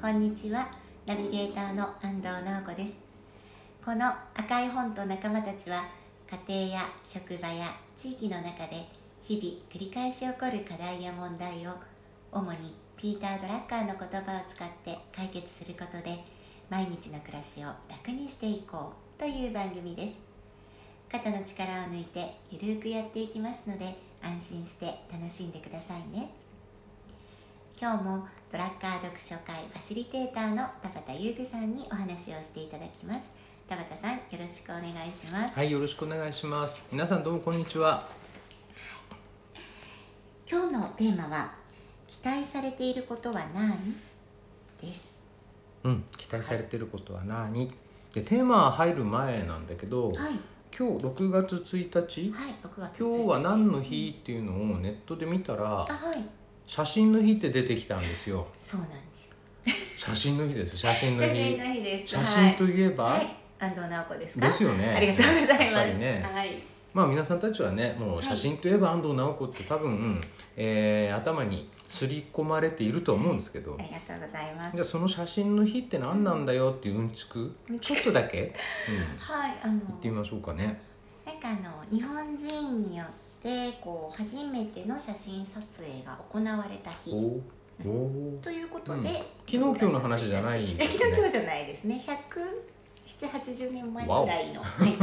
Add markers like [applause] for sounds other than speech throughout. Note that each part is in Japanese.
こんにちはナビゲーターの安藤直子ですこの赤い本と仲間たちは家庭や職場や地域の中で日々繰り返し起こる課題や問題を主にピーター・ドラッカーの言葉を使って解決することで毎日の暮らしを楽にしていこうという番組です肩の力を抜いてゆるーくやっていきますので安心して楽しんでくださいね今日もドラッカー読書会ファシリテーターの田畑裕二さんにお話をしていただきます田畑さんよろしくお願いしますはい、よろしくお願いします。皆さんどうもこんにちは。今日のテーマは期待されていることは何ですうん、期待されてることは何、で、テーマ入る前なんだけど、はい今日6月1日、はい6月今日は何の日っていうのをネットで見たらあ、はい写真の日って出てきたんですよ。そうなんです写真の日です、写真の日。写真の日です写真といえば、はい、はい、安藤直子ですかですよねありがとうございやっまぱすりねはいまあ皆さんたちはねもはうい写真といえば安藤直子って多分、えー頭に刷り込まれているとは思うんですけどありがとうございますじゃあその写真の日って何なんだよっていううんちくうんちょっと [laughs] だけ、うん、行はいあのってみましょうかね。なんかあの日本人によってこう初めての写真撮影が行われた日おおということで、うん昨日今日の話じゃないえで昨す日今ね。日じゃないですね100 780年前ぐらいの、はい、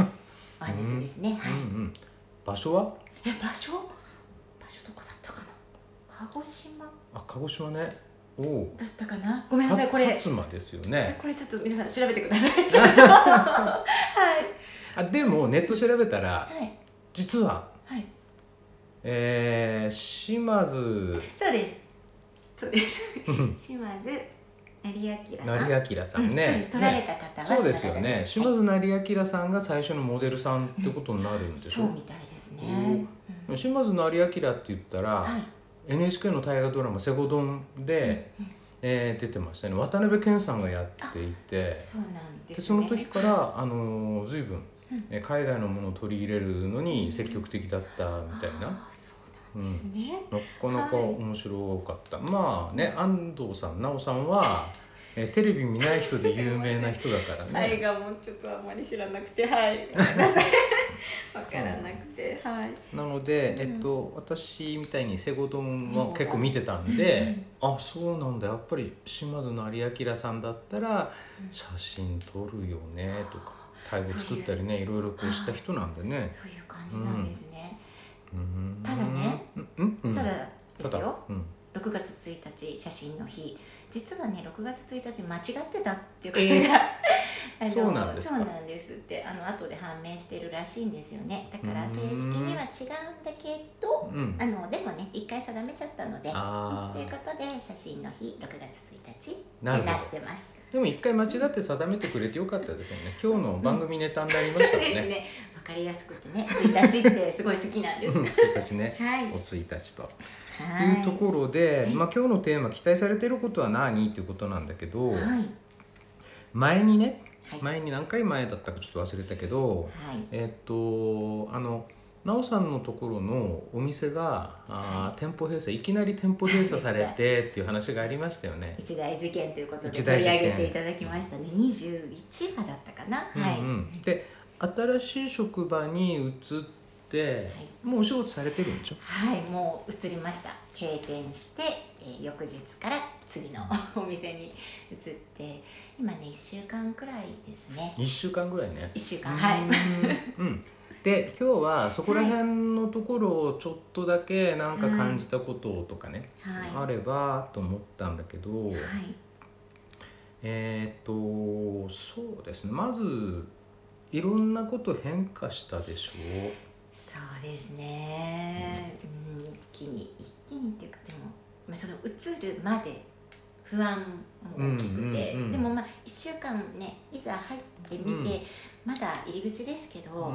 お話ですね、はういんうん。場所は？え場所場所どこだったかな鹿児島あ鹿児島ね。おお。だったかなごめんなささいこれ薩摩ですよえね。これちょっと皆さん調べてくださいちょっと [laughs] はいあでもネット調べたらはい実は、はいえー、島津そうですそうです [laughs] 島津成明さん成明さんうんそうでねす。取られねた方はそうですそよの方ね。です島津成明さんが最初のモデルさんってことになるんでしそうょ。みたいですね、うん島津成明って言ったら。はい、 NHK の大河ドラマ「セゴドンで」えー出てましたね渡辺謙さんがやっていてでそうなんですねその時から、あのー随分、えー海外のものを取り入れるのに積極的だったみたいなあそうなんですね、なかなかはい面白かった、まあね安藤さん奈緒さんは、えーテレビ見ない人で有名な人だからね。愛がもうちょっとあまり知らなくてはいごめんな [laughs] さいわからなくてはいなので、うんえっと、私みたいにセゴドンは結構見てたんで、あそうなんだやっぱり島津成明さんだったら写真撮るよねとかタイ語作ったりねいろいろこうした人なんでね。そういう感じなんですね、うんただね、うんうん、ただですただようん、 6月1日写真の日実はね6月1日間違ってたっていう方が、 [laughs] あのそうなんですかそうなんですってあの後で判明してるらしいんですよねだからうー正ん式には違うんだけどうんあ、のでもね一回定めちゃったのであというーことで写真の日6月1日ってななっるほどてますでも一回間違って定めてくれてよかったですよね今日の番組ネタになりましそたうもんです [laughs] ね。 [laughs] ねわかりやすくてね1日ってすごい好きなんでうすん1日ねはいお1日と。とはい [laughs] いうところで、まあ、今日のテーマ「期待されてることは何?」っていうことなんだけど、はいはい前にねはい前に何回前だったかちょっと忘れたけど、えっとあの奈緒さんのところのお店があー店舗閉鎖いきなり店舗閉鎖されてっていう話がありましたよね。一大事件ということで一取大り事上件げていただきましたね21話だったかな、はい、うんうん、で新しい職場に移って、もうお仕事されてるんでしょはい、もう移りました閉店して、えー翌日から次の [laughs] お店に移って今ね1週間くらいですね1週間ぐらいね。 1週間はい、うんうんで今日はそこら辺のところをちょっとだけなんか感じたこととかね、はいあればと思ったんだけど、はいえーっとそうですねまずいろんなこと変化したでしょそうですね、うん、一気に一気にっていうかでも、まあ、その移るまで不安も大きくて、うんうんうんでもまあ1週間ねいざ入ってみて、うんまだ入り口ですけど、う、うあんの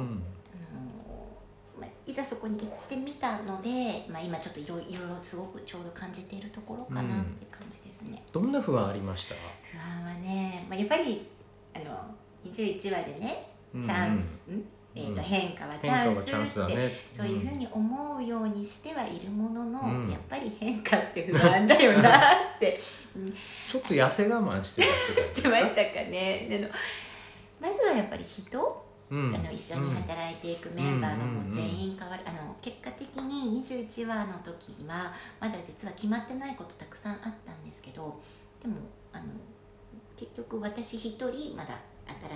まあ、いざそこに行ってみたので、まあ、今ちょっといろいろすごくちょうど感じているところかなうんっていう感じですね。どんな不安ありました不安はね、まあ、やっぱりあの21話でねうんうんチャンス、んえーとうん変化はチ変化ャンスはチャンスっだて、ねそういうふうに思うようにしてはいるものの、うんやっぱり変化って不安だよなって、うんちょっと痩せ我慢してたってことですしかてましたか [laughs] ねでのまずはやっぱり人、うんあの一緒に働いていくメンバーがもう全員変わる、あの結果的に21話の時はまだ実は決まってないことたくさんあったんですけどでもあの結局私一人まだ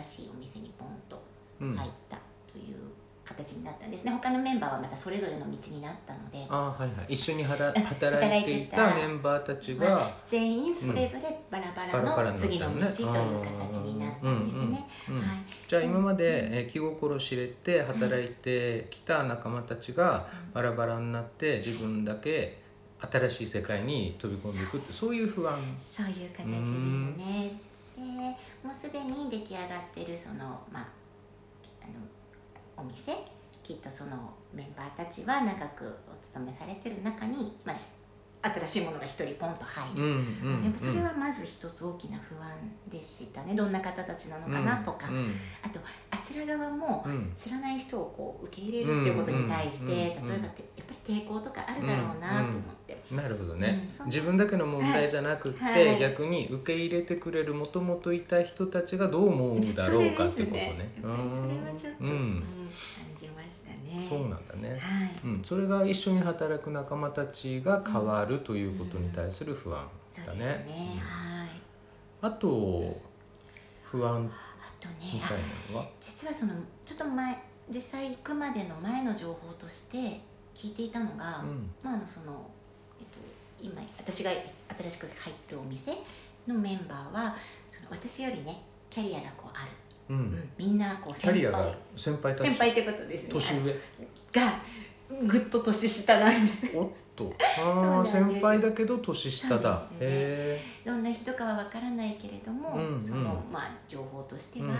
新しいお店にポンとうんうん入ったという形になったんですね、他のメンバーはまたそれぞれの道になったのであはいはい、一緒にはら働いていたメンバーたちが、全員それぞれバラバラババララにのなったね次の道という形になったんですうんうんうんね。うんはいじゃあ今まで、えー気心知れて働いてきた仲間たちがバラバラになって自分だけ新しい世界に飛び込んでいくってそういう不安そういう形ですね。でもうすでに出来上がってるその,、まあ、あのお店きっとそのメンバーたちは長くお勤めされてる中に、まあ、し新しいものが一人ポンと入うんる、うんうんやっぱそれはまず一つ大きな不安でしたねどんな方たちなのかなとか、うんうんあとあちら側もうん知らない人をこう受け入れるっていうことに対して、うんうん例えばってやっぱり抵抗とかあるだろうなと思って。なるほどねうんそ、う自分だけの問題じゃなくって、はいはい逆に受け入れてくれるもともといた人たちがどう思うだろうかっていうことね。それですねやっぱりそれはちょっと、ううんん感じましたね。そうなんだね、はい。うん、それが一緒に働く仲間たちが変わるということに対する不安そだうですね。ね。うんはい。あと不安あとみね、たいあなのは、実はそのちょっと前実際行くまでの前の情報として聞いていたのが、うんまああのそのえっと今私が新しく入るお店のメンバーはその私よりねキャリアがこうあうんる。うん、みんなこうキャリアが先輩たち先輩ってことですね。年上がぐっと年下なんです。おっとあ [laughs] あそうなんです先輩だけど年下だそう、ですねへどんな人かは分からないけれども、うんうんそのまあ情報としては、うん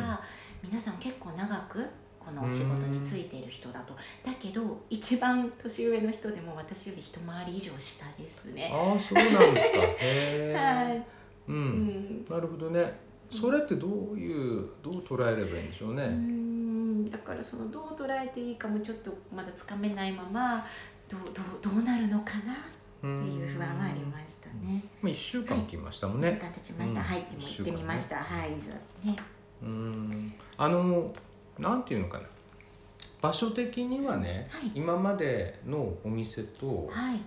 皆さん結構長くこのお仕事についている人だと、だけど一番年上の人でも私より一回り以上下ですえね。ああそうな [laughs] んですかへえ、はい、う、うんん、なるほどねそれってどういうどう捉えればいいんでしょううね、んだからそのどう捉えていいかもちょっとまだつかめないままどうどうどうなるのかなうんっていう不安はありましたね。まあ一週間来ましたもん一ね、週間経ちました。うんはい、でも行ってみました。はい、そうね。うんあのなんていうのかな場所的にはね、はい今までのお店とはい。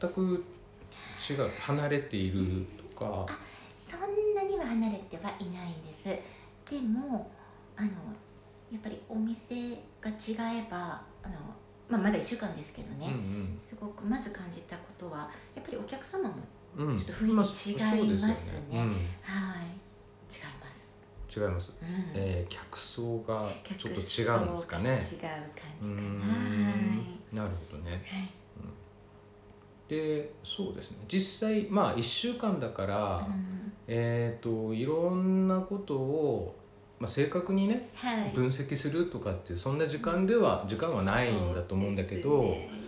全く違う離れているとか、そんなには離れてはいないんですでもあのやっぱりお店が違えばあの、まあ、まだ1週間ですけどね、うんすごくまず感じたことはやっぱりお客様もうんうんちょっと雰囲気違いますねまあそうはい違います、ですよねうん違います、うんえー、客層がちょっ客と違層がうんですかね違う感じかなうんなるほどねはい、はいでそうですね実際まあ1週間だから、うんえっ、といろんなことを、まあ、正確にねはい、分析するとかってそんな時間では時間はないんだと思うんだけど、そうですね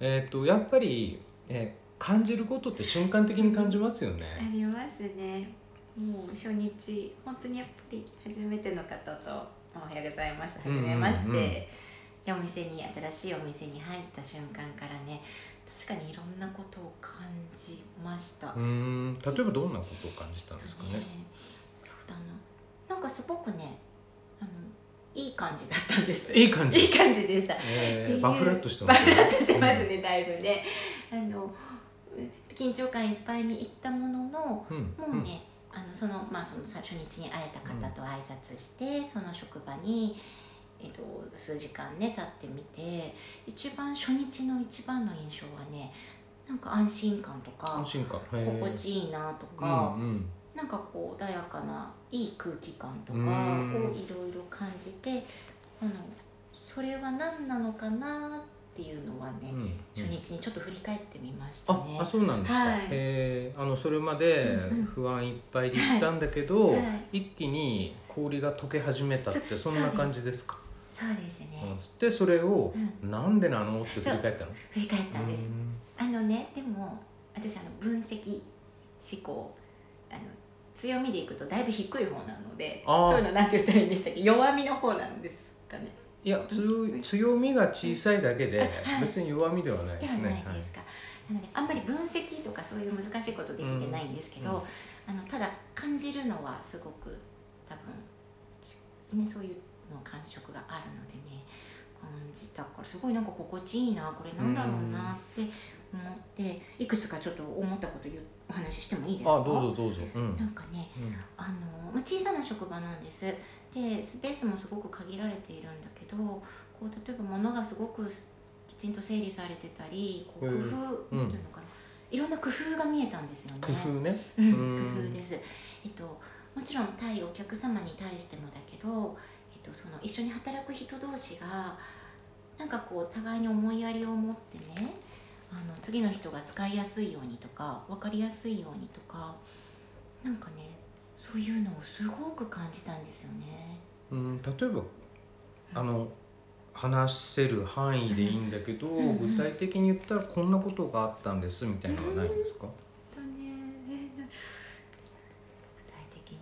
えっ、とやっぱり、えー感じることって瞬間的に感じますよあね。りますねもう初日本当にやっぱり初めての方と「まあおはようございます」うはんじうんうんめまして、でお店に新しいお店に入った瞬間からね確かにいろんなことを感じました、うーん例えばどんなことを感じたんですかそね。うだななんかすごくねあのいい感じだったんですいい感じいい感じでしたっえていーうバフラッとしてますね。バラッとしてますねだいぶねあの緊張感いっぱいに行ったもののうん。もうね、あのそのまあそのさ初日に会えた方と挨拶して、その職場にえっと数時間ね経ってみて、一番初日の一番の印象はね、なんか安心感とうん。か安心感。へー心地いいなとうか、んうん。なんかこう穏やかないい空気感とかをうんいろいろ感じて、あのそれは何なのかなっていうのはね、うんうん初日にちょっと振り返ってみましたあね。あそうなんですか、はいえーあのそれまでうんうん不安いっぱいで行ったんだけど、はいは一気に氷が溶け始めたってそそんな感じですかそうですね。うんでそれを、うなんでなのって振り返ったの振り返ったんですう。んあのねでも私あの分析思考あの強みでいくとだいぶ低い方なのであーそういうのなんて言ったらいいんでしたっけ弱みの方なんですかねいや強い強みが小さいだけで別に弱みではないでではすないね。ですか、なのであんまり分析とかそういう難しいことできてないんですけど、うんうんあのただ感じるのはすごく多分ちね、そういうの感触があるのでね感じたからすごいなんか心地いいなこれなんだろうなって思っていくつかちょっと思ったこと言うお話ししてもいいですかあどうぞどうぞ、うんなんかねあのまあ小さな職場なんですでスペースもすごく限られているんだけどこう例えば物がすごくすきちんと整理されてたりこう工へえ夫、なんていうのかないろんな工夫が見えたんですよね。工夫ねうんうん工夫です、えっと、もちろん対お客様に対してもだけど、えっと、その一緒に働く人同士がなんかこう互いに思いやりを持ってねあの次の人が使いやすいようにとか分かりやすいようにとかなんかねそういうのをすごく感じたんですよね。うん、例えばあの話せる範囲でいいんだけど、うんうん具体的に言ったらこんなことがあったんですみたいなのはないんですか、だねえーな具体的に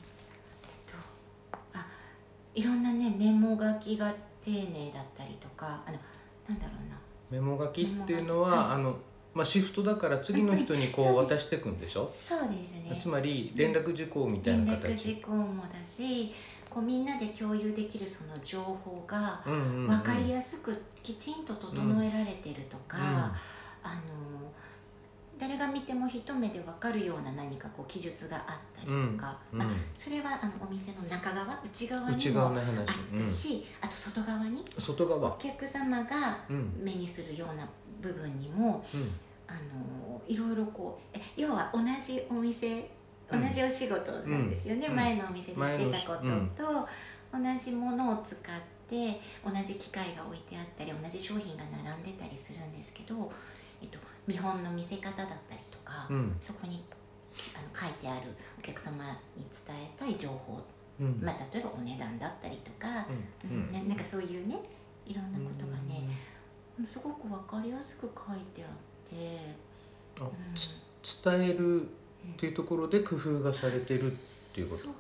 えっとあいろんなねメモ書きが丁寧だったりとかあのなんだろうなメモ書きっていうのは、メモ書きあのまあ、シフトだから次の人にこう渡していくんでしょそうですねつまり連絡事項みたい連な絡形事項もだしこうみんなで共有できるその情報がうんうんうん分かりやすくきちんと整えられてるとか、あの誰が見ても一目で分かるような何かこう記述があったりとか、うんまうあん、それはあのお店の中側内側に内も側のあ話、うっんた、し、あと外側に外お側、客様がうんうん、目にするような部分にもあのいろいろこうえ要は同じお店う同んじお仕事なんですよね、うん前のお店でしてたこと前のと、同じものを使って同じ機械が置いてあったり同じ商品が並んでたりするんですけど、えっと、見本の見せ方だったりとか、うんそこにあの書いてあるお客様に伝えたい情報、うんうんまあ、例えばお値段だったりとか、うんうんななんかそういうねいろんなことがね、すごく分かりやすく書いてあって。うんうあんつ伝えるっていうところで工夫がされてるっていうことそう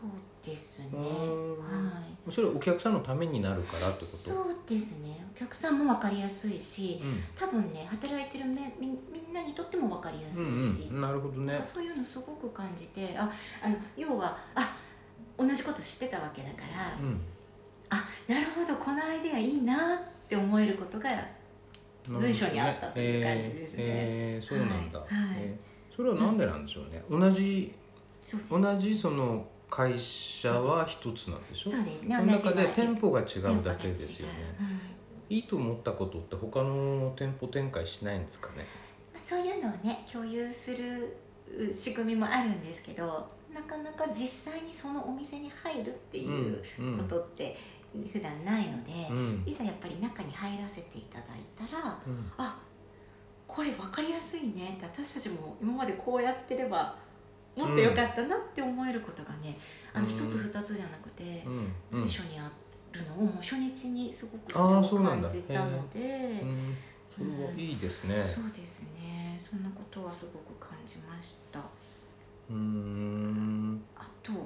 ですねうーんはいそれはお客さんのためになるからってことそうですねお客さんも分かりやすいしうん多分ね働いてるめみみんなにとっても分かりやすいし、うんうん、なるほどね。そういうのすごく感じてああの要はあ同じこと知ってたわけだから、うあなるほどこのアイデアいいなって思えることがん、随所にあったという感じですねえーえーそうなんだ、はいえーそれはなんでなんでしょうね。同じそうです同じその会社は一つなんでしょ。そうですねその中同でじ店舗が違テンポうがだけですよね違。ううんいいと思ったことって他の店舗展開しないんですかね。まあ、そういうのをね共有するう仕組みもあるんですけどなかなか実際にそのお店に入るっていううんことって普段ないので、うんいざやっぱり中に入らせていただいたらうんあこれ分かりやすいねって私たちも今までこうやってればもっとよかったなって思えることがね、あのうん一つ二つじゃなくてうんうん随所にあるのをもう初日にすごくあーそそれうをなん感だじたのでう。んそれはいいですね。そうですね。そんなことはすごく感じました。あうーんと、あ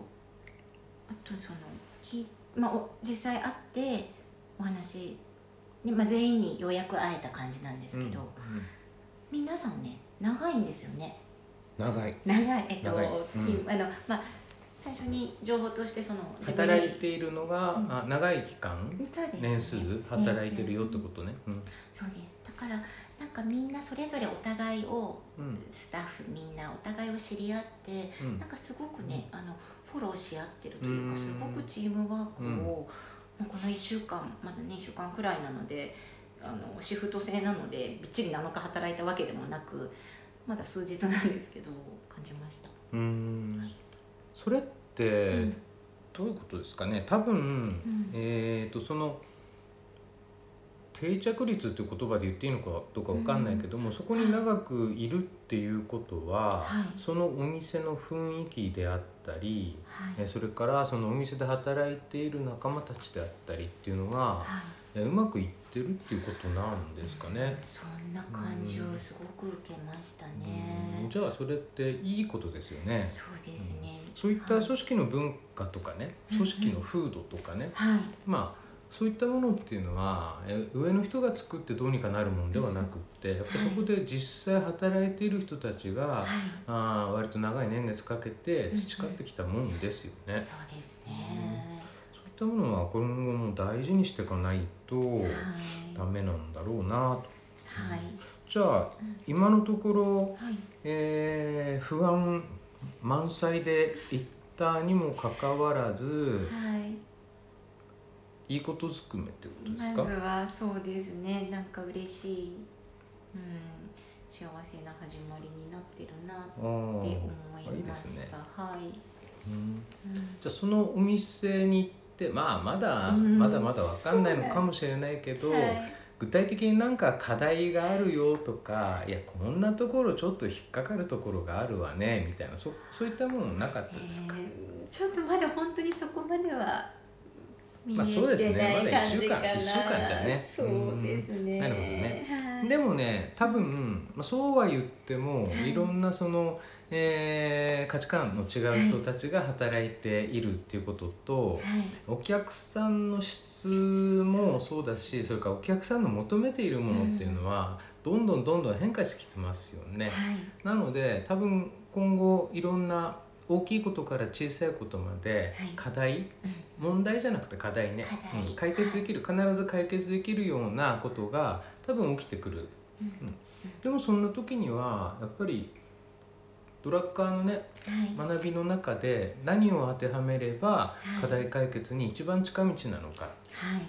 とそのき、まあお実際会ってお話で、まあ全員にようやく会えた感じなんですけど、うんうん皆さんね長いんですよね。長い長いえっと、長いきあのまあ最初に情報としてその自分より働いているのが、うんあ長い期間そうですね年数働いてるよってことね。うんそうです。だからなんかみんなそれぞれお互いをうんスタッフみんなお互いを知り合って。うんなんかすごくね、あのフォローし合ってるといううかんすごくチームワークを、もうこの1週間まだね1週間くらいなのであのシフト制なのでびっちり7日働いたわけでもなくまだ数日なんですけど感じました。うーんそれっうてんどういうことですかね多分、うんえー、とその定着率っていう言葉で言っていいのかどうかわかんないけども、そこに長くいるっていうことは、はいそのお店の雰囲気であったり、はいえそれからそのお店で働いている仲間たちであったりっていうのが、はいえうまくいってるっていうことなんですかね。そんな感じをすごく受けましたうんね。じゃあそれっていいことですよね。そうですね。そういった組織の文化とかね、組織の風土とかね、はい。まあそういったものっていうのはえ上の人が作ってどうにかなるもんではなくって、やっぱりそこで実際働いている人たちが、はいあー割と長い年月かけて培ってきたもんですよね、そうそうですね、いったものは今後も大事にしていかないとダはメなんだろうなといはいじゃあ今のところ、はいえー不安満載でいったにもかかわらずはいいいことずくめってことでますずか、はそうですねなんか嬉しい、うん、幸せな始まりになってるなってあー思いいいでましすねた、はい、うんうんじゃあそのお店に行ってまあまだ、うんまだまだ分かんないのかもしれないけど、はい具体的になんか課題があるよとかいやこんなところちょっと引っかかるところがあるわねみたいなそそういったものなかっえたですか、ーちょっとまだ本当にそこまでは見えまあそうですてねないまだ感一週じか間な、一週間じゃねそうですね、うんなるほどねはい、でもね多分、まあ、そうは言ってもいいろんなその、えー価値観の違う人たちが働いているっていうことと、はいお客さんの質もそうだしそれからお客さんの求めているものっていうのは、どんどんどんどん変化してきてますよね。はいなので多分今後いろんな大きいことから小さいことまではい課題、問題じゃなくて課題ね課題うん、解決できる必ず解決できるようなことが多分起きてくる、うんうんでもそんな時にはやっぱりドラッカーのねはい学びの中で何を当てはめればい課題解決に一番近道なのか、はい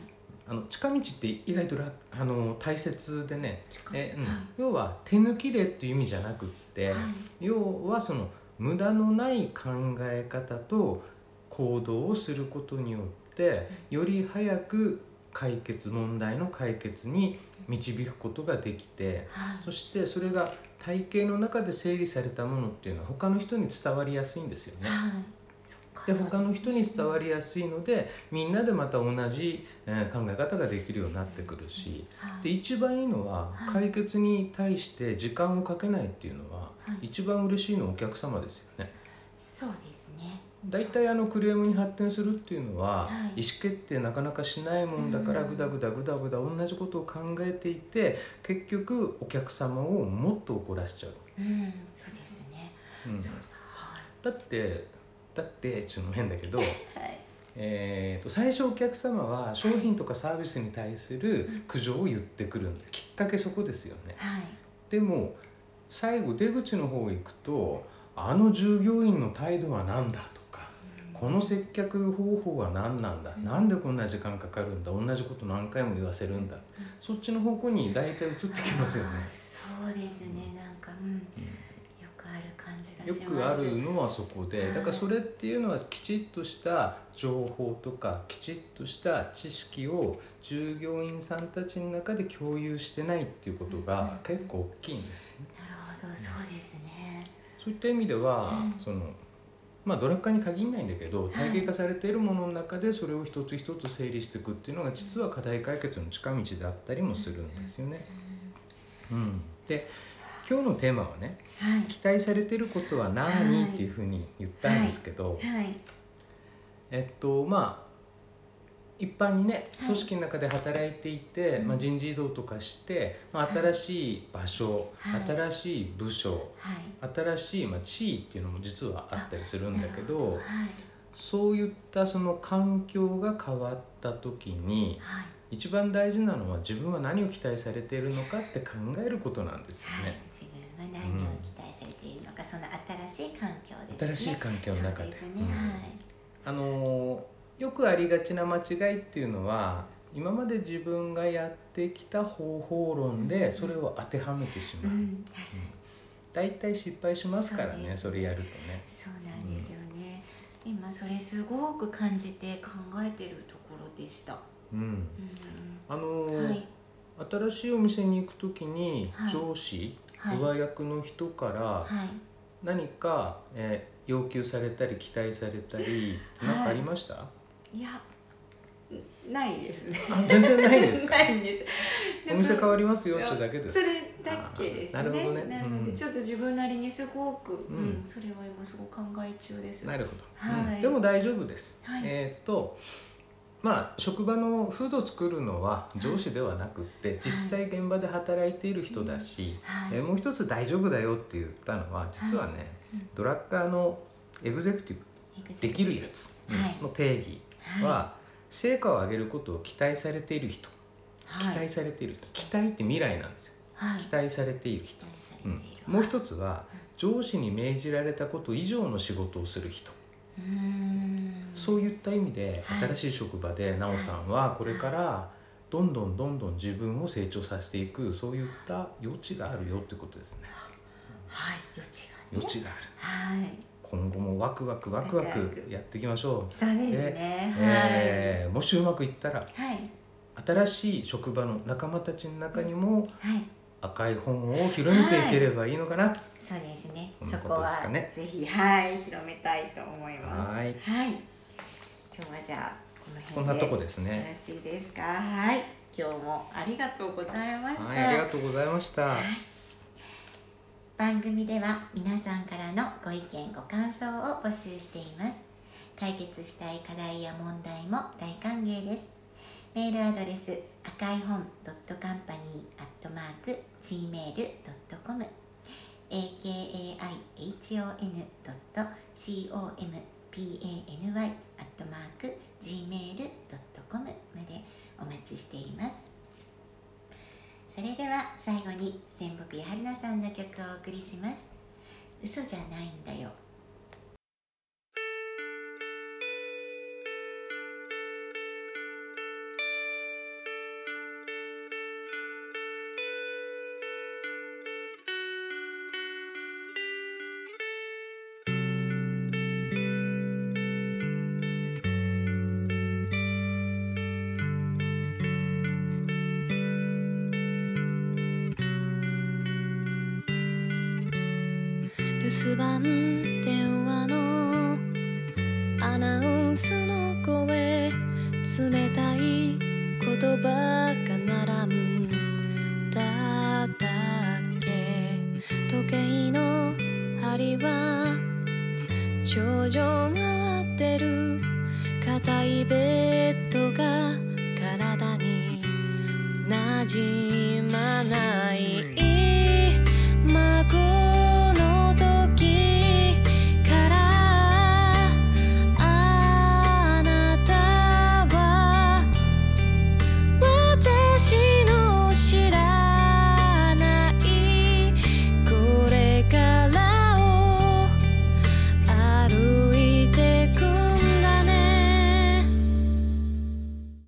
あの近道って意外とらあの大切でね近え、うはんい、要は手抜きでっていう意味じゃなくって、はい要はその無駄のない考え方と行動をすることによってより早く解決問題の解決に導くことができてはいそしてそれが体系の中で整理されたものっていうのは他の人に伝わりやすいんですよね。はいそっかでそう他の人に伝わるりやすいのでみんなでまた同じ、えー考え方ができるようになってくるしで一番いいのははい解決に対して時間をかけないっていうのははい一番嬉しいのはお客様ですよね。そうですねだいたいあのクレームに発展するっていうのは、はい意思決定なかなかしないもんだからうんぐだぐだぐだぐだ同じことを考えていて結局お客様をもっと怒らしちゃう、うんそうですねうんそうだってだってちょっと変だけどだはいえーと最初お客様は商品とかサービスに対する苦情を言ってくるんできっかけそこですよね。はいでも最後出口の方行くとあの従業員の態度は何だとかこの接客方法は何なんだ、なんでこんな時間かかるんだ同じこと何回も言わせるんだ、そっちの方向に大体移ってきますよねあーそうですねなんかうんよくある感じがしよますくあるのはそこでだからそれっていうのはきちっとした情報とかきちっとした知識を従業員さんたちの中で共有してないっていうことが結構大きいんですよね。なるほどそうですねそういった意味では、うんそのまあドラッカーに限らないんだけど体系化されているものの中でそれを一つ一つ整理していくっていうのが実は課題解決の近道だったりもするんですよね。うん、で今日のテーマはねは「期待されてることは何はいっていうふうに言ったんですけど、いはいえっとまあ一般にねはい組織の中で働いていて、うんまあ、人事異動とかして、まあ、新しい場所、はい新しい部署、はい新しい、まあ、地位っていうのも実はあったりするんだけどはいそういったその環境が変わった時にはい一番大事なのは自分は何を期待されているのかって考えることなんですよはいね。自分は何を期待されているのかその新しい環境ですね新しい環境の中でそうですうねんあのーよくありがちな間違いっていうのは今まで自分がやってきた方法論でそれを当てはめてしはま。いううん確かに大体失敗しますからそうねですそれやるとね。そうなんですよね今それすごく感じて考えてるところでしたうん、うあのーんはい新しいお店に行く時にはい上司、はい上役の人からはい何か、えー要求されたり期待されたりはい何かありました、 [laughs] いやないですねあ全然ないですかないんですお店変わりますよいやってだけですそれだけですねあーなるほどねなのでうんちょっと自分なりにすごく、うんうんそれは今すごく考え中ですなるほど、はいうんでも大丈夫です、はいえーっとまあ職場のフードを作るのは上司ではなくって実際現場で働いている人だし、はいえーもう一つ「大丈夫だよ」って言ったのは実はね、ドラッカーのエグゼクティブできるやつはいの定義は成果を上げることを期待されている人期はい待されている人期待って未来なんですよはい期待されている期人、待さうれんている、もう一つは上司に命じられたこと以上の仕事をする人うーんそういった意味ではい新しい職場で奈緒さんはこれからどんどんどんどん自分を成長させていくそういった余地があるよってことですねはい余地がね余地があるはい今後もワクワクワクワワククワクやっていきましょう、そうですねはい、えーもしうまくいったらはい新しい職場の仲間たちの中にもはい赤い本を広めていければいいのかな、そうですね。そんそなこことですはかねぜひはい広めたいと思います。はい今日はじゃあこの辺でこんなとこですよねろしいですか。はい。今日もありがとうございました。はいありがとうございました、番組では皆さんからのご意見ご感想を募集しています解決したい課題や問題も大歓迎ですメールアドレス赤い本 .company.gmail.com akaihon.company.gmail.com までお待ちしていますそれでは最後に仙北やはりなさんの曲をお送りします嘘じゃないんだよ留守番電話のアナウンスの声冷たい言葉が並んだだけ時計の針は頂上回ってる硬いベッドが体に馴染まない